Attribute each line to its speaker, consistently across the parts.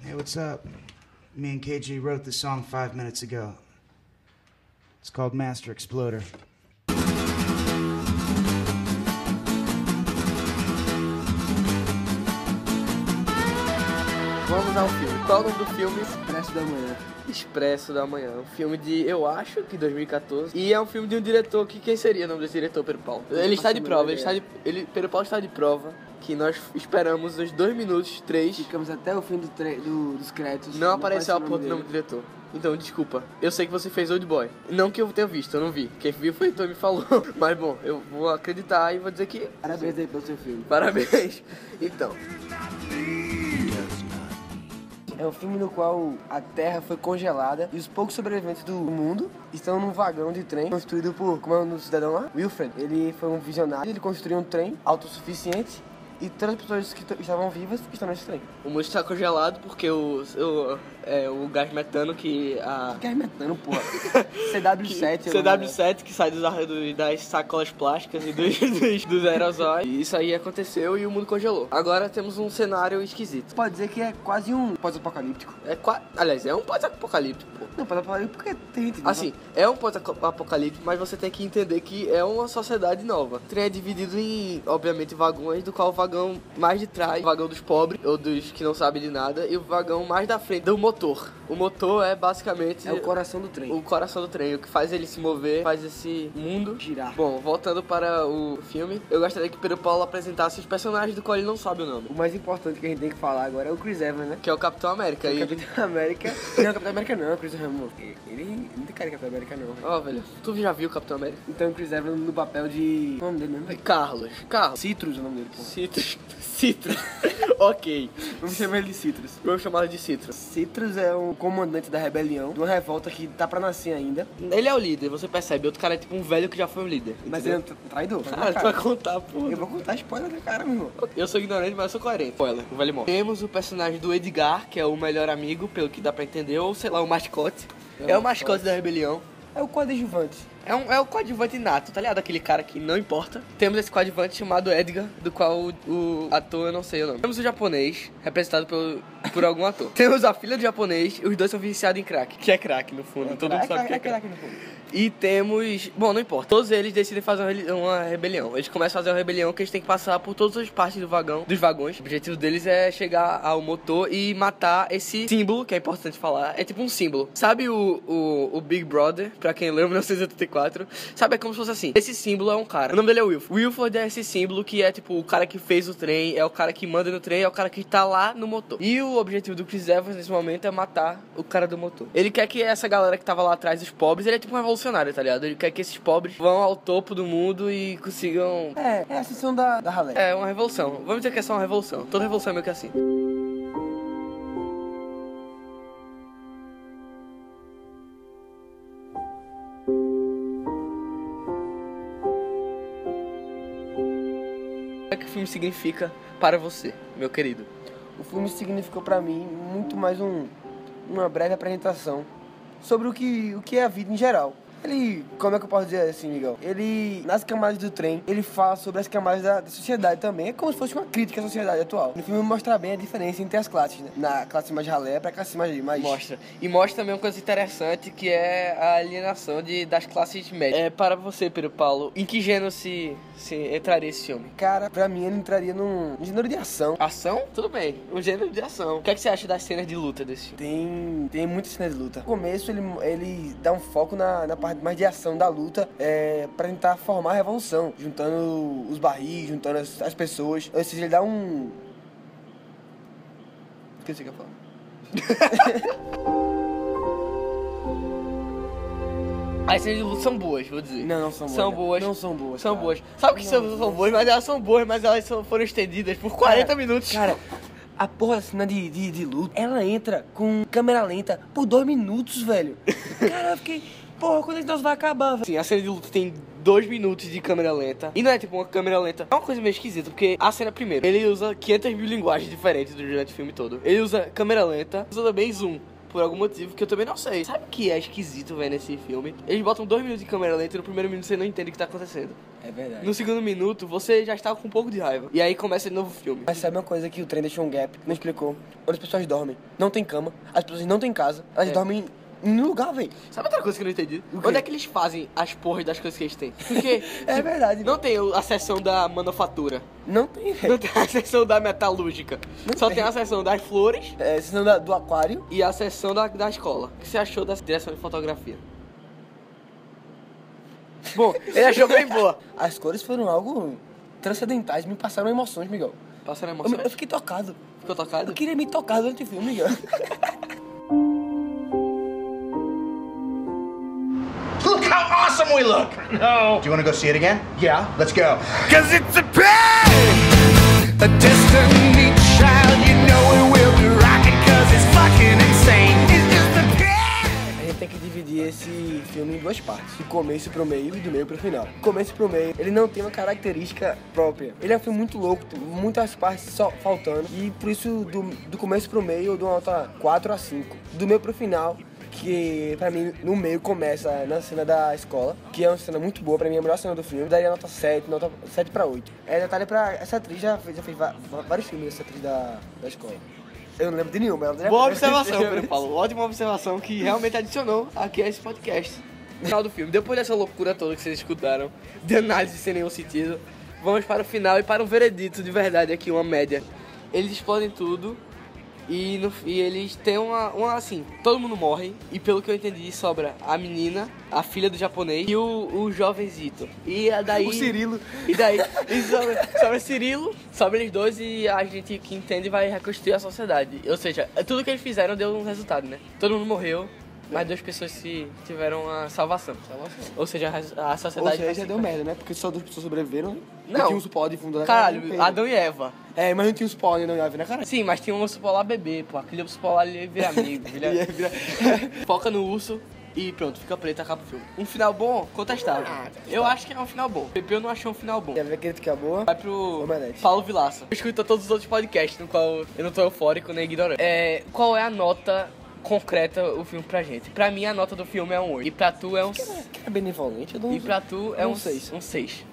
Speaker 1: Hey, what's up? Me and KG wrote this song five minutes ago. It's called Master Exploder.
Speaker 2: Vamos ao filme. Qual o nome do filme?
Speaker 3: Expresso da manhã.
Speaker 2: Expresso da Manhã. Um filme de, eu acho que 2014. E é um filme de um diretor que quem seria o nome desse diretor, Pedro Paulo? Ele está de prova, ele está de. Ele, Pedro Paulo está de prova. Que nós esperamos os dois minutos, três.
Speaker 3: Ficamos até o fim do tre- do- dos créditos.
Speaker 2: Não apareceu a porra do
Speaker 3: dele.
Speaker 2: nome do diretor. Então, desculpa. Eu sei que você fez Old Boy. Não que eu tenha visto, eu não vi. Quem viu foi tu e me falou. Mas bom, eu vou acreditar e vou dizer que.
Speaker 3: Parabéns aí pelo seu filme.
Speaker 2: Parabéns. Então.
Speaker 3: É um filme no qual a Terra foi congelada e os poucos sobreviventes do mundo estão num vagão de trem construído por, como é o nome do cidadão lá? Wilfred. Ele foi um visionário, ele construiu um trem autossuficiente e todas as pessoas que t- estavam vivas estão nesse trem.
Speaker 2: O mundo está congelado porque o, o, é, o gás metano que a.
Speaker 3: Que metano, porra.
Speaker 2: que-
Speaker 3: CW7. eu não lembro.
Speaker 2: CW7 que sai dos, ar- do- das sacolas plásticas e dos, dos, dos aerosóis. E isso aí aconteceu e o mundo congelou. Agora temos um cenário esquisito.
Speaker 3: Pode dizer que é quase um pós-apocalíptico.
Speaker 2: É qua... Aliás, é um pós-apocalipse, pô.
Speaker 3: Não, pós-apocalíptico porque tem gente.
Speaker 2: Assim, é um pós-apocalipse, mas você tem que entender que é uma sociedade nova. O trem é dividido em, obviamente, vagões, do qual o vagão mais de trás, o vagão dos pobres, ou dos que não sabem de nada, e o vagão mais da frente, do motor. O motor é basicamente
Speaker 3: é o coração do trem.
Speaker 2: o coração do trem, o que faz ele se mover, faz esse mundo
Speaker 3: Girar.
Speaker 2: Bom, voltando para o filme, eu gostaria que Pedro Paulo apresentasse os personagens do qual ele não sabe o nome,
Speaker 3: O mais importante que a gente tem que falar agora é o Chris Evans, né?
Speaker 2: que é o Capitão América.
Speaker 3: O
Speaker 2: E...
Speaker 3: Capitão América. Não, o Capitão América não, é o Chris Evans. Ele, ele não tem cara de Capitão América, não.
Speaker 2: Ó, velho, tu já viu o Capitão América?
Speaker 3: Então o Chris Evans no papel de. Qual é o nome dele mesmo? velho?
Speaker 2: Carlos. Carlos.
Speaker 3: Citrus é o nome dele, porra.
Speaker 2: Citrus. Citrus. ok.
Speaker 3: Vamos chamar ele de Citrus.
Speaker 2: Vamos chamar de Citrus.
Speaker 3: Citrus é um comandante da rebelião, de uma revolta que tá pra nascer ainda,
Speaker 2: Ele é o líder, você percebe. Outro cara é tipo um velho que já foi um líder.
Speaker 3: mas ele é um
Speaker 2: entendeu?
Speaker 3: tra- traidor.
Speaker 2: Cara, tu vai
Speaker 3: Cara,
Speaker 2: contar, porra.
Speaker 3: eu vou contar spoiler da cara, meu irmão.
Speaker 2: Eu sou ignorante, mas eu sou coerente. Spoiler, o velho morre. Temos o personagem do Edgar, que é o melhor amigo, pelo que dá pra entender, ou sei lá, o mascote.
Speaker 3: É o
Speaker 2: É, o mascote da rebelião.
Speaker 3: É o coadjuvante.
Speaker 2: É, um, é o coadjuvante inato, tá ligado? Aquele cara que não importa. Temos esse coadjuvante chamado Edgar, do qual o, o ator eu não sei o nome. Temos o japonês, representado pelo, por algum ator. Temos a filha do japonês, e os dois são viciados em crack. Que é crack, no fundo. Todo mundo
Speaker 3: É
Speaker 2: sabe o que é
Speaker 3: aquele
Speaker 2: crack.
Speaker 3: aqui no fundo.
Speaker 2: E temos. Bom, não importa. Todos eles decidem fazer uma reli- uma rebelião. Eles começam a fazer uma rebelião que eles têm que passar por todas as partes do vagão, dos vagões. O objetivo deles é chegar ao motor e matar esse símbolo, que é importante falar. É tipo um símbolo. Sabe o, o, o Big Brother, pra quem lembra, 1984? Sabe, é como se fosse assim. Esse símbolo é um cara. O nome dele é Wilf. Wilford é esse símbolo que é tipo o cara que fez o trem, é o cara que manda no trem, é o cara que tá lá no motor. E o objetivo do Chris Evans nesse momento é matar o cara do motor. Ele quer que essa galera que tava lá atrás, os pobres, ele é tipo um revolucionário, tá ligado? Ele quer que esses pobres vão ao topo do mundo e consigam.
Speaker 3: É, é a sessão da, da ralé.
Speaker 2: É uma revolução. Vamos dizer que é só uma revolução. Toda revolução é meio que assim. O que é que o filme significa para você, meu querido?
Speaker 3: O filme significou pra mim muito mais um, uma breve apresentação sobre o que, o que é a vida em geral. Ele, como é que eu posso dizer assim, Miguel? Ele, nas camadas do trem, ele fala sobre as camadas da, da sociedade também. É como se fosse uma crítica à sociedade atual. No filme mostra bem a diferença entre as classes, né? Na classe mais ralé pra classe mais... mais...
Speaker 2: Mostra. E mostra também uma coisa interessante que é a alienação de, das classes médias. É, para você, Pedro Paulo, em que gênero se, se entraria esse filme?
Speaker 3: Cara, pra mim ele entraria num num gênero de ação.
Speaker 2: Ação? Tudo bem, um gênero de ação. O que, é que você acha das cenas de luta desse filme?
Speaker 3: Tem, tem muita cena de luta. No começo, ele, ele dá um foco na, na parte mais de ação da luta é, pra tentar formar a revolução, juntando os barris, juntando as, as pessoas. Ou seja, ele dá um. Esqueci o que eu ia falar.
Speaker 2: As cenas de luta são boas, vou dizer.
Speaker 3: Não, não são boas.
Speaker 2: São
Speaker 3: né?
Speaker 2: boas.
Speaker 3: Não são boas.
Speaker 2: São
Speaker 3: cara.
Speaker 2: boas. Sabe que
Speaker 3: Não,
Speaker 2: são,
Speaker 3: não
Speaker 2: são boas, mas elas são boas, mas elas são- foram estendidas por 40
Speaker 3: Cara,
Speaker 2: minutos.
Speaker 3: Cara, a porra da cena de, de, de luta, ela entra com câmera lenta por dois minutos, velho. Cara, eu fiquei. Porra, quando é que nós vai acabar, velho?
Speaker 2: Sim, assim, a cena de luta tem dois minutos de câmera lenta. E não é tipo uma câmera lenta. É uma coisa meio esquisita, porque a cena, primeiro, ele usa 500 mil linguagens diferentes durante o filme todo. Ele usa câmera lenta, usa também zoom. por algum motivo que eu também não sei. Sabe o que é esquisito, velho, nesse filme? Eles botam dois minutos de câmera lenta e no primeiro minuto você não entende o que tá acontecendo.
Speaker 3: É verdade.
Speaker 2: No segundo minuto você já está com um pouco de raiva. E aí começa de novo o filme.
Speaker 3: Mas sabe uma coisa que o trem deixou um gap? Não explicou. Onde as pessoas dormem. Não tem cama. As pessoas não têm casa. Elas
Speaker 2: É.
Speaker 3: dormem em um lugar, velho.
Speaker 2: Sabe outra coisa que eu não entendi?
Speaker 3: O quê?
Speaker 2: Onde é que eles fazem as porras das coisas que eles têm? Porque tipo,
Speaker 3: É verdade.
Speaker 2: não tem a seção da manufatura,
Speaker 3: Não tem,
Speaker 2: não
Speaker 3: velho.
Speaker 2: tem a seção da metalúrgica, só tem a seção das flores
Speaker 3: É, senão da- do aquário.
Speaker 2: e a seção da, da escola. O que você achou dessa direção de fotografia? Bom, ele achou bem boa.
Speaker 3: As cores foram algo transcendentais. Me passaram emoções, Miguel.
Speaker 2: Passando a
Speaker 3: Eu,
Speaker 2: emoção.
Speaker 3: eu fiquei tocado.
Speaker 2: Ficou tocado?
Speaker 3: Eu queria me tocar durante o filme, Miguel.
Speaker 4: Look how awesome we look! No. Do you want to go see it again? Yeah. Let's go. Cause it's a pain! A destiny child, you know it will be rocking cause it's fucking insane. It's just a pain!
Speaker 3: A gente tem que dividir esse filme em duas partes. Do começo pro meio e do meio pro final. Do começo pro meio, ele não tem uma característica própria. Ele é um filme muito louco, tem muitas partes só faltando. E por isso, do, do começo pro meio, eu dou uma nota 4 a 5. Do meio pro final, que pra mim, no meio começa na cena da escola, que é uma cena muito boa, pra mim é a melhor cena do filme. Eu daria nota 7, nota 7 pra 8. É detalhe pra... Essa atriz já fez, já fez va- va- vários filmes, essa atriz da, da escola. Eu não lembro de nenhuma. ela já
Speaker 2: Boa
Speaker 3: fez.
Speaker 2: observação, Pedro Paulo. Ótima observação que realmente adicionou aqui a esse podcast. Final do filme. Depois dessa loucura toda que vocês escutaram, de análise sem nenhum sentido, vamos para o final e para o veredito de verdade aqui, uma média. Eles explodem tudo e, no- e eles têm uma, uma, assim, todo mundo morre e pelo que eu entendi sobra a menina, a filha do japonês e o, o jovenzito. E a daí...
Speaker 3: O Cirilo.
Speaker 2: E daí, e sobre, sobre Cirilo, sobre eles dois e a gente que entende vai reconstruir a sociedade. Ou seja, tudo que eles fizeram deu um resultado, né? Todo mundo morreu, mas duas pessoas se tiveram a salvação. Ou seja, a, a
Speaker 3: Ou
Speaker 2: sociedade.
Speaker 3: seja,
Speaker 2: vai-
Speaker 3: deu merda, né? Porque só duas pessoas sobreviveram.
Speaker 2: Não.
Speaker 3: E tinha um supó de fundo da
Speaker 2: Caralho, Adão e Eva.
Speaker 3: É, mas não tinha um supó ainda, não ia né, caralho?
Speaker 2: Sim, mas tinha um urso polar bebê, pô. Aquele urso polar ali vira amigo. Vira...
Speaker 3: Ia virar-
Speaker 2: Foca no urso e pronto, fica preto, acaba o filme. Um final bom? Contestável.
Speaker 3: Ah, tá.
Speaker 2: Eu acho que é um final bom. Pepe, eu não achei um final bom.
Speaker 3: Quer ver aquele que acabou?
Speaker 2: Vai pro
Speaker 3: Omelete.
Speaker 2: Paulo Vilaça. Escuta todos os outros podcasts no qual eu não tô eufórico nem ignorante. É, qual é a nota concreta o filme pra gente? Pra mim, a nota do filme é um 8. E pra tu é um...
Speaker 3: Que é benevolente, eu dou um...
Speaker 2: E pra tu é
Speaker 3: um
Speaker 2: um
Speaker 3: seis.
Speaker 2: 6. Um 6.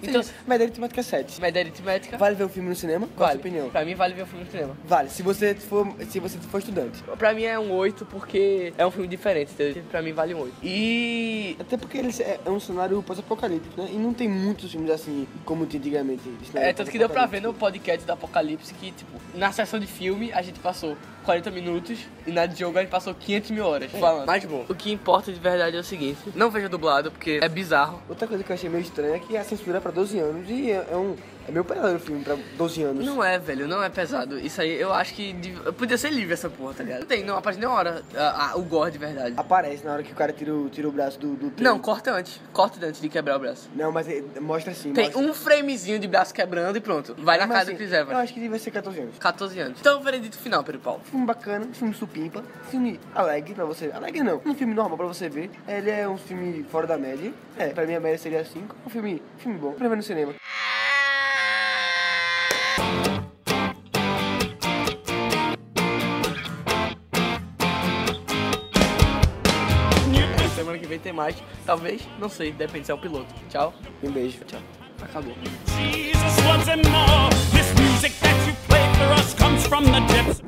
Speaker 3: Então,
Speaker 2: Então,
Speaker 3: mas deve ter mais que é sete.
Speaker 2: média aritmética...
Speaker 3: Vale ver o filme no cinema? Qual a
Speaker 2: Vale.
Speaker 3: sua opinião?
Speaker 2: Pra mim, vale ver o filme no cinema.
Speaker 3: Vale, se você for, se você for estudante.
Speaker 2: Pra mim é um 8 porque é um filme diferente, entendeu? Pra mim vale um 8. E.
Speaker 3: Até porque ele é é um cenário pós-apocalíptico, né? E não tem muitos filmes assim, como tinha antigamente. de cenário
Speaker 2: É, tanto que deu pra ver
Speaker 3: pós-apocalíptico.
Speaker 2: no podcast do Apocalipse que, tipo, na sessão de filme a gente passou 40 minutos e na de jogo a gente passou 500 mil horas falando. É, Mas tipo, bom, o que importa de verdade é o seguinte: não veja dublado porque é bizarro.
Speaker 3: Outra coisa que eu achei meio estranha é que a censura é pra 12 anos e é, é um... É meio pesado o filme pra 12 anos.
Speaker 2: Não é, velho, não é pesado. Isso aí eu acho que. dev- Podia ser livre essa porra, tá ligado? Não tem, não aparece nem hora ah, ah, o gore de verdade.
Speaker 3: Aparece na hora que o cara tira o, tira o braço do... do trem.
Speaker 2: Não, corta antes. Corta antes de quebrar o braço.
Speaker 3: Não, mas ele- mostra assim.
Speaker 2: Tem
Speaker 3: mostra.
Speaker 2: um framezinho de braço quebrando e pronto. Vai na
Speaker 3: Mas,
Speaker 2: casa
Speaker 3: assim,
Speaker 2: do Chris Evans.
Speaker 3: Eu acho que devia ser 14 anos.
Speaker 2: 14 anos. Então, veredito final, Pedro Paulo.
Speaker 3: Filme bacana, filme supimpa, filme alegre pra você Alegre não, um filme normal pra você ver. Ele é um filme fora da média. É, pra mim a média seria 5. Um filme, filme bom pra ver no cinema.
Speaker 2: Semana que vem tem mais. Talvez, não sei, depende se é o piloto. Tchau.
Speaker 3: Um beijo. Tchau.
Speaker 2: Acabou.
Speaker 5: Jesus once and more. This music that you play for us comes from the depths.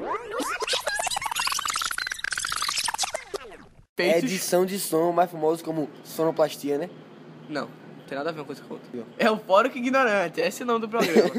Speaker 2: Peitos.
Speaker 3: Edição de som mais famoso como sonoplastia, né?
Speaker 2: é Não, não tem nada a ver uma coisa com a outra. É o fórum que ignorante, esse é o nome do programa.